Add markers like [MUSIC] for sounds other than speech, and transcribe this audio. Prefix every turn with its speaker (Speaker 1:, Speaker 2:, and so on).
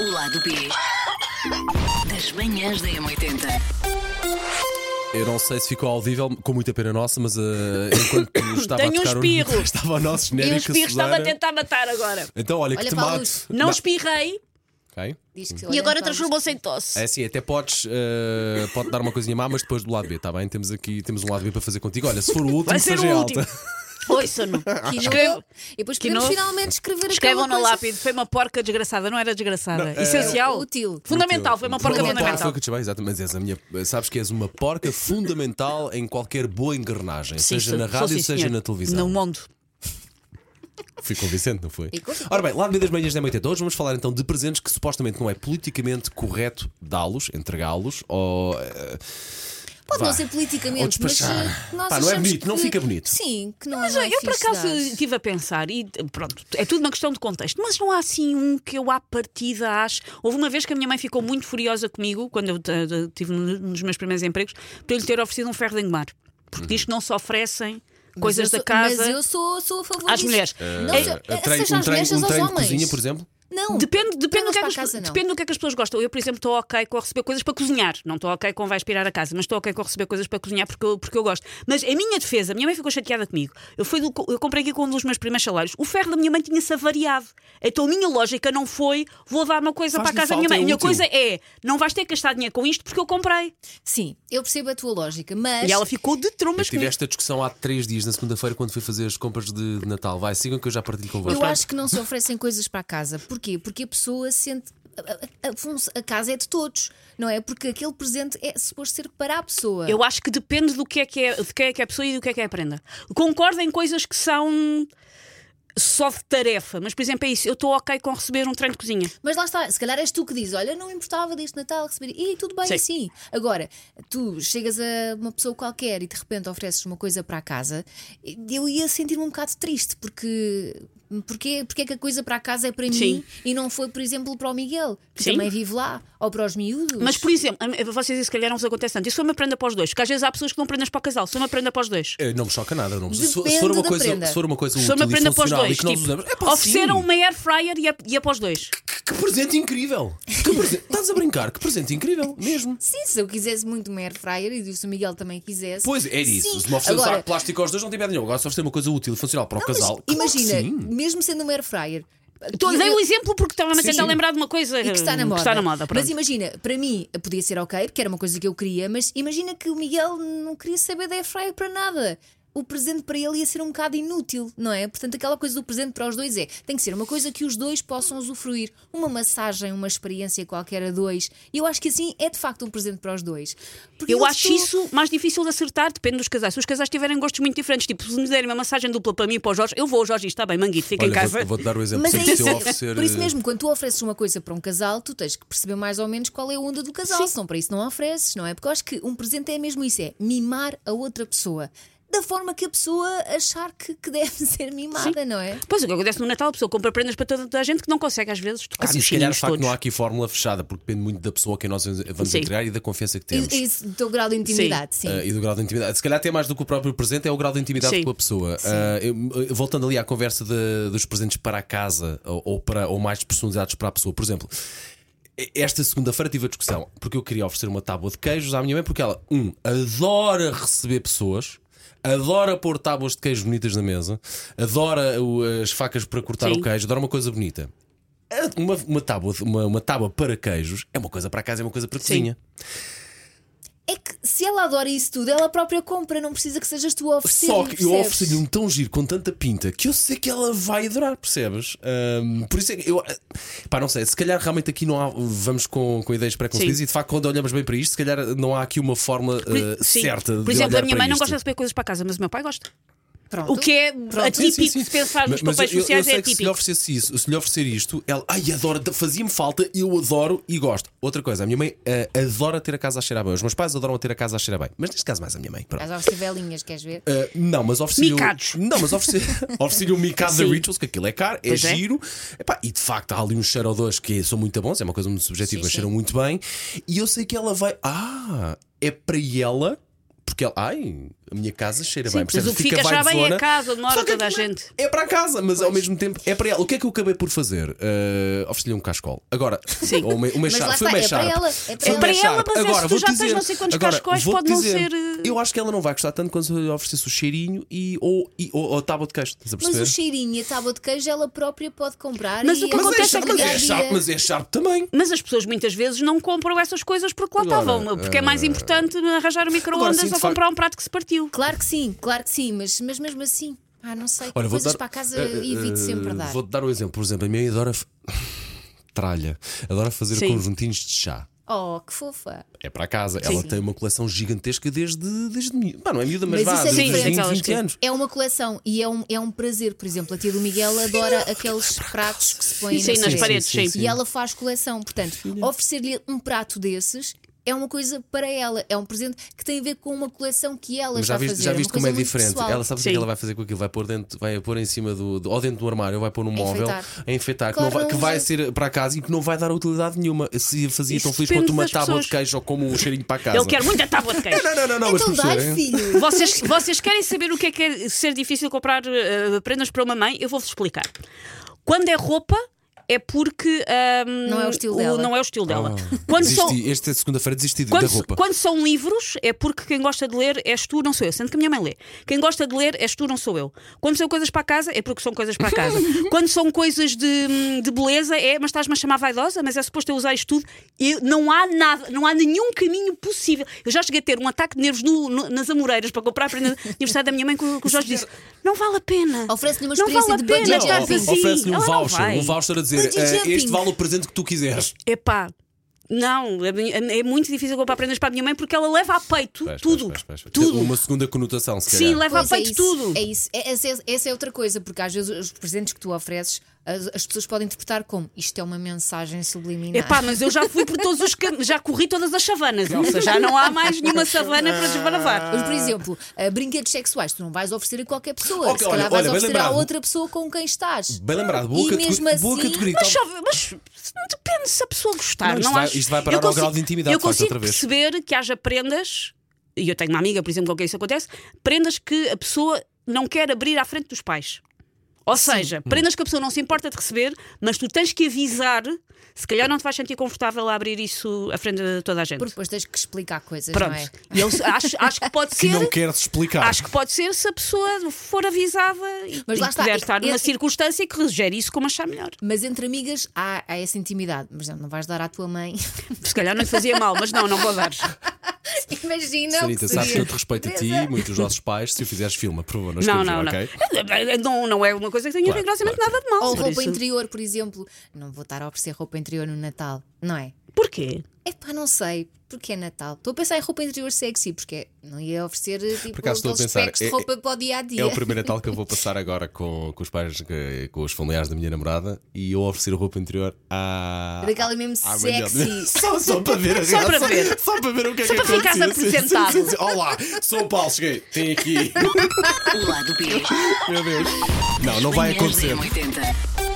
Speaker 1: O lado B das manhãs da M80.
Speaker 2: Eu não sei se ficou audível, com muita pena nossa, mas eh,
Speaker 3: [COUGHS]
Speaker 2: enquanto estava
Speaker 3: Tenho
Speaker 2: a
Speaker 3: um
Speaker 2: tocar o-
Speaker 3: espirro.
Speaker 2: [LAUGHS] estava o nosso
Speaker 3: E
Speaker 2: genérico.
Speaker 3: o
Speaker 2: a
Speaker 3: espirro estava a
Speaker 2: Susana.
Speaker 3: tentar matar agora.
Speaker 2: Então, olha,
Speaker 4: Olha
Speaker 2: que
Speaker 4: para a
Speaker 2: tomate.
Speaker 4: luz.
Speaker 3: Não espirrei
Speaker 2: Ok.
Speaker 4: Diz
Speaker 2: Hum.
Speaker 4: que,
Speaker 3: e
Speaker 4: olha, então,
Speaker 3: agora
Speaker 4: vamos-
Speaker 3: transformou-se em tosse.
Speaker 2: tá, É assim, até podes eh, pode dar uma coisinha má, mas depois do lado B, está bem? Temos aqui temos um lado B para fazer contigo. Olha, se for o último,
Speaker 3: Vai ser
Speaker 2: seja
Speaker 3: o
Speaker 2: alta.
Speaker 3: último.
Speaker 2: [LAUGHS]
Speaker 3: Ouçam-no.
Speaker 4: Que novo.
Speaker 3: Escrevam-
Speaker 4: E depois
Speaker 3: que
Speaker 4: podemos
Speaker 3: novo.
Speaker 4: finalmente escrever
Speaker 3: Escrevam
Speaker 4: aquela
Speaker 3: na
Speaker 4: coisa.
Speaker 3: lápide. Foi uma porca desgraçada, não era desgraçada.
Speaker 2: Não, é-
Speaker 3: Essencial.
Speaker 4: Útil.
Speaker 3: Fundamental, foi uma porca
Speaker 2: Foi uma porca, foi
Speaker 3: fundamental.
Speaker 2: é o tipo que eu te chamei, exatamente, mas és a minha, sabes que és uma porca fundamental em qualquer boa engrenagem,
Speaker 3: Sim,
Speaker 2: seja
Speaker 3: sou-
Speaker 2: na
Speaker 3: sou
Speaker 2: rádio,
Speaker 3: sim,
Speaker 2: seja
Speaker 3: senhor.
Speaker 2: na televisão.
Speaker 3: No mundo.
Speaker 2: Fui convincente, não foi?
Speaker 4: Ficou, ficou.
Speaker 2: Ora bem, lado B das manhãs da noite hoje vamos falar então de presentes que supostamente não é politicamente correto dá-los, entregá-los ou. eh,
Speaker 4: Pode não
Speaker 2: Vá.
Speaker 4: ser
Speaker 2: Ou
Speaker 4: politicamente, mas
Speaker 2: despachar.
Speaker 4: eh, nós
Speaker 2: Pá, não é
Speaker 4: achamos
Speaker 2: bonito, não
Speaker 4: que-
Speaker 2: fica bonito.
Speaker 4: Sim, que não
Speaker 3: Mas eh,
Speaker 4: não
Speaker 3: eu,
Speaker 4: é
Speaker 3: por
Speaker 4: fixe
Speaker 3: acaso
Speaker 4: dar.
Speaker 3: estive a pensar e pronto, é tudo uma questão de contexto, mas não há assim um que eu à partida acho. Houve uma vez que a minha mãe ficou muito furiosa comigo quando eu eh, estive nos meus primeiros empregos por eu lhe ter oferecido um ferro de engomar,
Speaker 2: Uhum.
Speaker 3: porque diz que não se oferecem
Speaker 4: Mas
Speaker 3: coisas
Speaker 4: eu sou-
Speaker 3: da casa.
Speaker 4: Mas eu sou, sou a favor
Speaker 3: Às
Speaker 4: disso.
Speaker 3: mulheres.
Speaker 4: Não,
Speaker 3: Eh,
Speaker 4: se-
Speaker 2: eh,
Speaker 4: eh,
Speaker 2: treino- um
Speaker 4: seja às
Speaker 2: treino,
Speaker 4: mulheres,
Speaker 2: um
Speaker 4: seja
Speaker 2: treino
Speaker 4: aos
Speaker 2: de
Speaker 4: homens.
Speaker 2: cozinha, por exemplo?
Speaker 4: Não.
Speaker 3: Depende, depende, do
Speaker 4: Não
Speaker 3: que é que
Speaker 4: vais
Speaker 3: as,
Speaker 4: para casa, não.
Speaker 3: depende do que é que as pessoas gostam. Eu, por exemplo, estou ok com receber coisas para cozinhar. Não estou ok com vais pirar a casa, mas estou ok com receber coisas para cozinhar porque eu, porque eu gosto. Mas a minha defesa, a minha mãe ficou chateada comigo. Eu, fui do- eu comprei aqui com um dos meus primeiros salários. O ferro da minha mãe tinha-se avariado. Então a minha lógica não foi vou dar uma coisa
Speaker 2: Faz-lhe
Speaker 3: para a casa da minha
Speaker 2: falta,
Speaker 3: mãe.
Speaker 2: é
Speaker 3: a minha
Speaker 2: útil.
Speaker 3: coisa é não vais ter que gastar dinheiro com isto porque eu comprei.
Speaker 4: Sim, eu percebo a tua lógica, mas
Speaker 3: E ela ficou de
Speaker 2: Eu
Speaker 3: trombas
Speaker 2: tive
Speaker 3: comigo.
Speaker 2: esta discussão há três dias, na segunda-feira, quando fui fazer as compras de de Natal. Vai, sigam que eu já partilho convosco.
Speaker 4: eu acho que não se oferecem coisas para a casa. Porquê? Porque a pessoa sente. a- A, a fun- a casa é de todos, não é? Porque aquele presente é suposto ser para a pessoa.
Speaker 2: Ah.
Speaker 3: Eu acho que depende do que é que é, de quem é que é a pessoa e do que é que é a prenda. Concordo em coisas que são só de tarefa, mas por exemplo é isso, eu estou ok com receber um treino de cozinha.
Speaker 4: Mas lá está, se calhar és tu que dizes: Olha, não importava deste Natal receber. E tudo bem,
Speaker 3: Sim.
Speaker 4: assim. Agora, tu chegas a uma pessoa qualquer e de repente ofereces uma coisa para a casa, eu ia sentir-me um bocado triste, porque. Porque, porque é que a coisa para a casa é para
Speaker 3: Sim.
Speaker 4: mim e não foi, por exemplo, para o Miguel, que
Speaker 3: Sim.
Speaker 4: também vive lá, ou para os miúdos?
Speaker 3: Mas, por exemplo, a- a- vocês se calhar não vos acontece tanto. Isso foi uma prenda para os dois, porque às vezes há pessoas que não prendas para o casal, sou uma prenda para os dois.
Speaker 2: Eh, Não me choca nada. Não. Se, for-
Speaker 4: Depende
Speaker 2: se for uma
Speaker 4: da
Speaker 2: coisa,
Speaker 4: prenda.
Speaker 2: se for uma coisa
Speaker 3: Sou
Speaker 2: útil
Speaker 3: uma
Speaker 2: e
Speaker 3: prenda para os
Speaker 2: funcional
Speaker 3: dois.
Speaker 2: e que nós
Speaker 3: tipo,
Speaker 2: usamos. É pá,
Speaker 3: ofereceram
Speaker 2: sim.
Speaker 3: uma air fryer e é, e é para os dois.
Speaker 2: Que presente incrível! Que
Speaker 3: [LAUGHS]
Speaker 2: presente... Estás a brincar? Que presente incrível, mesmo.
Speaker 4: Sim, se eu quisesse muito uma air fryer e se o Miguel também quisesse.
Speaker 2: Pois é isso.
Speaker 4: Sim.
Speaker 2: Se me oferecermos
Speaker 4: Agora,
Speaker 2: ar plástico aos dois, não tem merda nenhuma. Agora, se oferecer uma coisa útil e funcional para o
Speaker 4: mas
Speaker 2: casal, claro que
Speaker 4: imagina,
Speaker 2: sim.
Speaker 4: mesmo sendo uma air fryer.
Speaker 3: Estou,
Speaker 4: eu-
Speaker 3: dei um exemplo porque estava a
Speaker 2: Sim,
Speaker 3: tentar
Speaker 2: sim.
Speaker 3: lembrar de uma coisa
Speaker 4: e é que está na
Speaker 3: eh,
Speaker 4: moda.
Speaker 3: pronto.
Speaker 4: mas imagina, para mim podia ser ok, porque era uma coisa que eu queria, mas imagina que o Miguel não queria saber da air fryer para nada. O presente para ele ia ser um bocado inútil, não é? Portanto, aquela coisa do presente para os dois é: tem que ser uma coisa que os dois possam usufruir, uma massagem, uma experiência qualquer a dois. E eu acho que assim é de facto um presente para os dois. Porque
Speaker 3: Eu
Speaker 4: eles
Speaker 3: acho
Speaker 4: tu-
Speaker 3: isso mais difícil de acertar, depende dos casais. Se os casais tiverem gostos muito diferentes, tipo, se me derem uma massagem dupla para mim e para o Jorge, eu vou, Jorge, está bem, manguito, fica em
Speaker 2: Olha,
Speaker 3: casa.
Speaker 2: vou- vou-te dar o exemplo.
Speaker 4: Mas
Speaker 2: Sim,
Speaker 4: é
Speaker 2: se eu
Speaker 4: isso.
Speaker 2: oferecer,
Speaker 4: Por isso
Speaker 2: eh,
Speaker 4: mesmo, quando tu ofereces uma coisa para um casal, tu tens que perceber mais ou menos qual é a onda do casal. Senão para isso não ofereces, não é? Porque eu acho que um presente é mesmo isso: é mimar a outra pessoa. Da forma que a pessoa achar que, que deve [LAUGHS] ser mimada, não é?
Speaker 3: Pois o que acontece no Natal, a pessoa compra prendas para toda a gente que não consegue, às vezes, tocar
Speaker 2: Assim,
Speaker 3: nos
Speaker 2: se calhar,
Speaker 3: filhinhos
Speaker 2: de facto,
Speaker 3: todos.
Speaker 2: não há aqui fórmula fechada, porque depende muito da pessoa é a quem nós vamos
Speaker 3: Sim.
Speaker 2: entregar e da confiança que
Speaker 4: E,
Speaker 2: temos.
Speaker 4: e isso do teu grau de intimidade, sim.
Speaker 2: Ah, e do grau de intimidade. Se calhar até mais do que o próprio presente é o grau de intimidade
Speaker 3: Sim.
Speaker 2: com a pessoa. Ah, eu- voltando ali à conversa de- dos presentes para a casa ou, ou para, ou mais personalizados para a pessoa, por exemplo. Esta segunda-feira tive a discussão porque eu queria oferecer uma tábua de queijos à minha mãe, porque ela, um, adora receber pessoas, adora pôr tábuas de queijos bonitas na mesa, adora o- as facas para cortar
Speaker 3: Sim.
Speaker 2: o queijo, adora uma coisa bonita. Ah, Uma, uma, tábua, de- uma, uma tábua para queijos é uma coisa para a casa, é uma coisa para a cozinha. Eh,
Speaker 4: É que se ela adora isso tudo, ela própria compra, não precisa que sejas tu a oferecer.
Speaker 2: Só que eu ofereci-lhe um tão giro com tanta pinta que eu sei que ela vai adorar, percebes? Ahm, por isso é que eu. Pá, não sei, se calhar realmente aqui não há. Vamos com, com ideias pré-concebidas
Speaker 3: Sim.
Speaker 2: e de facto, quando olhamos bem para isto, se calhar não há aqui uma fórmula ah,
Speaker 3: Sim.
Speaker 2: certa de
Speaker 3: Por exemplo,
Speaker 2: olhar
Speaker 3: a minha
Speaker 2: para
Speaker 3: mãe não
Speaker 2: isto.
Speaker 3: gosta de receber coisas para casa, mas o meu pai gosta.
Speaker 4: Pronto.
Speaker 3: O que é
Speaker 2: Sim,
Speaker 3: atípico
Speaker 2: sim, sim.
Speaker 3: se pensar
Speaker 2: Mas-
Speaker 3: nos
Speaker 2: mas
Speaker 3: papéis
Speaker 2: eu- eu
Speaker 3: sociais,
Speaker 2: sei
Speaker 3: é
Speaker 2: que Se lhe,
Speaker 3: atípico.
Speaker 2: oferecesse isso, se lhe oferecer isto, ela, ai, adoro, fazia-me falta, eu adoro e gosto. Outra coisa, a minha mãe ah, adora ter a casa a cheirar bem. Os meus pais adoram ter a casa a cheirar bem. Mas neste caso, mais a minha mãe. Pronto.
Speaker 4: Mas oferecer velinhas, queres ver?
Speaker 2: Uh, não, mas ofereci-lhe.
Speaker 3: Micados.
Speaker 2: Não, mas ofereci-
Speaker 3: [LAUGHS]
Speaker 2: ofereci-lhe um micado da
Speaker 3: Sim.
Speaker 2: Rituals, que aquilo é caro, é
Speaker 3: Pois é.
Speaker 2: giro. Epá, e de facto há ali uns cheiro ou dois que são muito bons, é uma coisa muito subjetiva,
Speaker 4: Sim,
Speaker 2: mas
Speaker 4: sim.
Speaker 2: cheiram muito bem. E eu sei que ela vai. Ah, é para ela. Porque ela, ai, a minha casa cheira
Speaker 3: Sim,
Speaker 2: bem.
Speaker 3: mas
Speaker 2: percebes?
Speaker 3: o que fica já bem é
Speaker 2: vibezona.
Speaker 3: a casa, onde
Speaker 2: Só
Speaker 3: mora
Speaker 2: que
Speaker 3: toda a
Speaker 2: aquilo
Speaker 3: gente.
Speaker 2: É para a casa, mas ao mesmo tempo é para ela. O que é que eu acabei por fazer? Eh, Ofereci-lhe um cascol. Agora,
Speaker 3: Sim.
Speaker 2: ou uma, uma
Speaker 4: Mas lá
Speaker 2: char- foi
Speaker 4: está,
Speaker 2: uma
Speaker 4: é para
Speaker 2: Sharp.
Speaker 4: ela, é
Speaker 2: Foi
Speaker 4: para
Speaker 2: uma
Speaker 3: ela. É para ela,
Speaker 2: Sharp.
Speaker 3: mas é se
Speaker 2: Agora,
Speaker 3: tu
Speaker 2: vou
Speaker 3: já tens
Speaker 2: dizer,
Speaker 3: não sei quantos
Speaker 2: agora,
Speaker 3: cascóis,
Speaker 2: vou-te
Speaker 3: pode não
Speaker 2: dizer,
Speaker 3: ser, eh,
Speaker 2: Eu acho que ela não vai gostar tanto quando se oferecesse o cheirinho e, ou, e, ou, ou a tábua de queijo. Estás a
Speaker 4: Mas
Speaker 2: perceber?
Speaker 4: o cheirinho e a tábua de queijo ela própria pode comprar.
Speaker 3: Mas
Speaker 4: e
Speaker 3: o que
Speaker 4: ela
Speaker 2: Mas é
Speaker 3: acontece
Speaker 4: tem
Speaker 2: Sharp-
Speaker 3: que
Speaker 2: mas
Speaker 4: ligar
Speaker 2: é
Speaker 4: e-
Speaker 2: Sharp, mas é Sharp também.
Speaker 3: Mas as pessoas muitas vezes não compram essas coisas porque lá
Speaker 2: Agora,
Speaker 3: estavam, porque é mais
Speaker 2: eh,
Speaker 3: importante arranjar o
Speaker 2: sim,
Speaker 3: micro-ondas
Speaker 2: de
Speaker 3: ou
Speaker 2: facto-
Speaker 3: comprar um prato que se partiu.
Speaker 4: Claro que sim, claro que sim, mas, mas mesmo assim, ah, não sei,
Speaker 2: Olha, vou
Speaker 4: coisas
Speaker 2: dar,
Speaker 4: para a casa
Speaker 2: eh, eh,
Speaker 4: evito sempre dar.
Speaker 2: Vou-te dar um exemplo. Por exemplo, a minha adora. f- [LAUGHS] Tralha. Adora fazer
Speaker 3: Sim.
Speaker 2: conjuntinhos de chá.
Speaker 4: Oh, que fofa!
Speaker 2: É para casa. Ela tem uma coleção gigantesca desde. desde miú- pá, não é miúda, mas, vá,
Speaker 4: Mas isso é
Speaker 2: desde
Speaker 3: diferente,
Speaker 2: 20,
Speaker 3: elas
Speaker 2: 20
Speaker 3: que-
Speaker 2: anos.
Speaker 4: É uma coleção e é um, é um prazer. Por exemplo, a tia do Miguel adora aqueles pratos que se põem
Speaker 3: Sim,
Speaker 4: na
Speaker 3: nas
Speaker 4: parede.
Speaker 3: paredes, sim.
Speaker 4: E ela faz coleção. Portanto, oferecer-lhe um prato desses é uma coisa para ela. É um presente que tem a ver com uma coleção que ela
Speaker 2: Mas
Speaker 4: está
Speaker 2: já viste,
Speaker 4: a fazer.
Speaker 2: já
Speaker 4: uma
Speaker 2: viste
Speaker 4: coisa
Speaker 2: como é
Speaker 4: muito
Speaker 2: diferente.
Speaker 4: pessoal.
Speaker 2: Ela sabe o que é
Speaker 3: Sim.
Speaker 2: que ela vai fazer com aquilo. Vai pôr, dentro, vai pôr em cima do, do. ou dentro do armário, ou vai pôr num móvel,
Speaker 4: enfeitar.
Speaker 2: a enfeitar, que,
Speaker 4: Claro,
Speaker 2: não vai, que
Speaker 4: não
Speaker 2: vai
Speaker 4: vai.
Speaker 2: ser para casa e que não vai dar utilidade nenhuma. Se fazia
Speaker 3: Isso
Speaker 2: tão feliz
Speaker 3: depende
Speaker 2: quanto uma
Speaker 3: das
Speaker 2: tábua de
Speaker 3: pessoas.
Speaker 2: queijo ou como um cheirinho para a casa.
Speaker 3: Ele quer muita tábua de queijo.
Speaker 2: Não, não, não, não, mas
Speaker 4: Então dá-lhe,
Speaker 2: percebe? [LAUGHS]
Speaker 4: filho!
Speaker 3: Vocês, vocês querem saber o que é que é ser difícil comprar eh, prendas para uma mãe? Eu vou-vos explicar. Quando é roupa, é porque ahm,
Speaker 4: Não é o estilo
Speaker 3: o-
Speaker 4: dela.
Speaker 3: não é o estilo dela.
Speaker 2: Ah,
Speaker 3: Quando
Speaker 2: desisti.
Speaker 3: são,
Speaker 2: Esta segunda-feira desisti da
Speaker 3: quando,
Speaker 2: roupa.
Speaker 3: quando são livros, é porque quem gosta de ler és tu, não sou eu. Sendo que a minha mãe lê. Quem gosta de ler és tu, não sou eu. Quando são coisas para a casa, é porque são coisas para
Speaker 2: [LAUGHS]
Speaker 3: a casa. quando são coisas de, hum, de beleza, é mas estás-me a chamar vaidosa, mas é suposto eu usar isto tudo. E não há nada, não há nenhum caminho possível. Eu já cheguei a ter um ataque de nervos no- no- nas amoreiras para comprar para aniversário da minha mãe, que o que o
Speaker 2: é
Speaker 3: Jorge disse: não vale a pena.
Speaker 4: Oferece-lhe uma
Speaker 3: Não
Speaker 4: experiência
Speaker 3: vale a
Speaker 4: de budget
Speaker 3: pena
Speaker 2: Não,
Speaker 3: estar
Speaker 4: shopping.
Speaker 2: of-
Speaker 3: vazio.
Speaker 2: oferece-lhe um
Speaker 3: Ela não
Speaker 2: voucher,
Speaker 3: vai.
Speaker 2: um voucher a dizer
Speaker 4: Budget
Speaker 2: "Eh, este
Speaker 4: shopping."
Speaker 2: vale o presente que tu quiseres.
Speaker 3: Epá, não, a minha- é muito difícil comprar prendas para a minha mãe porque ela leva a peito
Speaker 2: Pois,
Speaker 3: tudo.
Speaker 2: pois, pois, pois.
Speaker 3: Tudo.
Speaker 2: Uma segunda conotação, se
Speaker 3: Sim,
Speaker 2: calhar.
Speaker 3: leva
Speaker 4: Pois
Speaker 3: a
Speaker 4: é
Speaker 3: peito
Speaker 4: isso,
Speaker 3: tudo.
Speaker 4: É isso. É- Essa, é- essa é outra coisa, porque às vezes os presentes que tu ofereces, as, as pessoas podem interpretar como isto é uma mensagem subliminar.
Speaker 3: Epá, mas eu já fui por todos os caminhos, já corri todas as savanas, ou seja, já não há mais nenhuma savana para desbravar.
Speaker 2: Ah.
Speaker 4: Mas, por exemplo, eh, brinquedos sexuais, tu não vais oferecer a qualquer pessoa.
Speaker 2: Ok,
Speaker 4: se
Speaker 2: olha,
Speaker 4: calhar vais
Speaker 2: olha, bem
Speaker 4: oferecer
Speaker 2: lembrado.
Speaker 4: a outra pessoa com quem estás.
Speaker 2: Bem lembrado,
Speaker 4: E
Speaker 2: boa,
Speaker 4: mesmo
Speaker 2: categori- boa
Speaker 4: assim-
Speaker 2: categoria.
Speaker 3: Mas,
Speaker 2: Tal-
Speaker 3: chove- mas depende se a pessoa gostar.
Speaker 2: Não,
Speaker 3: Não,
Speaker 2: isto vai-
Speaker 3: acho-
Speaker 2: isto vai parar
Speaker 3: eu
Speaker 2: ao grau de intimidade,
Speaker 3: Eu
Speaker 2: de facto,
Speaker 3: consigo
Speaker 2: outra vez.
Speaker 3: perceber que haja prendas, e eu tenho uma amiga, por exemplo, com quem isso acontece, prendas que a pessoa não quer abrir à frente dos pais. Ou seja,
Speaker 2: Hum.
Speaker 3: prendas que a pessoa não se importa de receber, mas tu tens que avisar, se calhar não te vais sentir confortável a abrir isso à frente de toda a gente.
Speaker 4: Porque depois tens que explicar coisas,
Speaker 3: Pronto.
Speaker 4: não é?
Speaker 3: E eu acho, acho que pode
Speaker 2: [LAUGHS] Que
Speaker 3: ser.
Speaker 2: não quer te explicar.
Speaker 3: Acho que pode ser se a pessoa for avisada e,
Speaker 4: Mas lá
Speaker 3: e
Speaker 4: está,
Speaker 3: puder
Speaker 4: é-
Speaker 3: estar numa
Speaker 4: é-
Speaker 3: circunstância que gere isso como achar melhor.
Speaker 4: Mas entre amigas há, há essa intimidade. Mas não, não vais dar à tua mãe.
Speaker 3: Se calhar não lhe fazia mal, mas não, não vou dar.
Speaker 4: Imagina. o
Speaker 2: Sarita,
Speaker 4: que
Speaker 2: sabes que
Speaker 4: seria.
Speaker 2: eu te respeito a ti,
Speaker 4: Teresa.
Speaker 2: muito os nossos pais. Se o fizeres, filma, prova, nós
Speaker 3: Não,
Speaker 2: queremos
Speaker 3: não,
Speaker 2: ver,
Speaker 3: não.
Speaker 2: ok?
Speaker 3: não. Não é uma coisa que tenha
Speaker 2: Claro,
Speaker 3: rigorosamente nada de mal.
Speaker 4: Ou
Speaker 3: por
Speaker 4: roupa
Speaker 3: isso.
Speaker 4: interior, por exemplo. Não vou estar a oferecer roupa interior no Natal, não é?
Speaker 3: Porquê?
Speaker 4: Epá, não sei, porque é Natal. Estou a pensar em roupa interior sexy, porque é, não ia oferecer tipo
Speaker 2: acaso estou a
Speaker 4: aqueles
Speaker 2: pensar,
Speaker 4: packs
Speaker 2: é-
Speaker 4: de roupa para o dia a dia.
Speaker 2: É o primeiro Natal que eu vou passar agora com, com os pais, que- com os familiares da minha namorada e eu oferecer a roupa interior à.
Speaker 4: Daquela mesmo
Speaker 2: à manhã.
Speaker 4: sexy.
Speaker 2: [LAUGHS] Só, só para ver a
Speaker 3: Só para
Speaker 2: reação.
Speaker 3: ver.
Speaker 2: Só para ver o que
Speaker 3: Só
Speaker 2: é que
Speaker 3: para ficares
Speaker 2: aconteceu. Sim, sim, sim,
Speaker 3: apresentado.
Speaker 2: sim. Olá, sou o Paulo, cheguei. Tem [LAUGHS] aqui.
Speaker 1: O lado B.
Speaker 2: Meu Deus. Não, não vai
Speaker 1: Manhãs da
Speaker 2: acontecer.
Speaker 1: M80.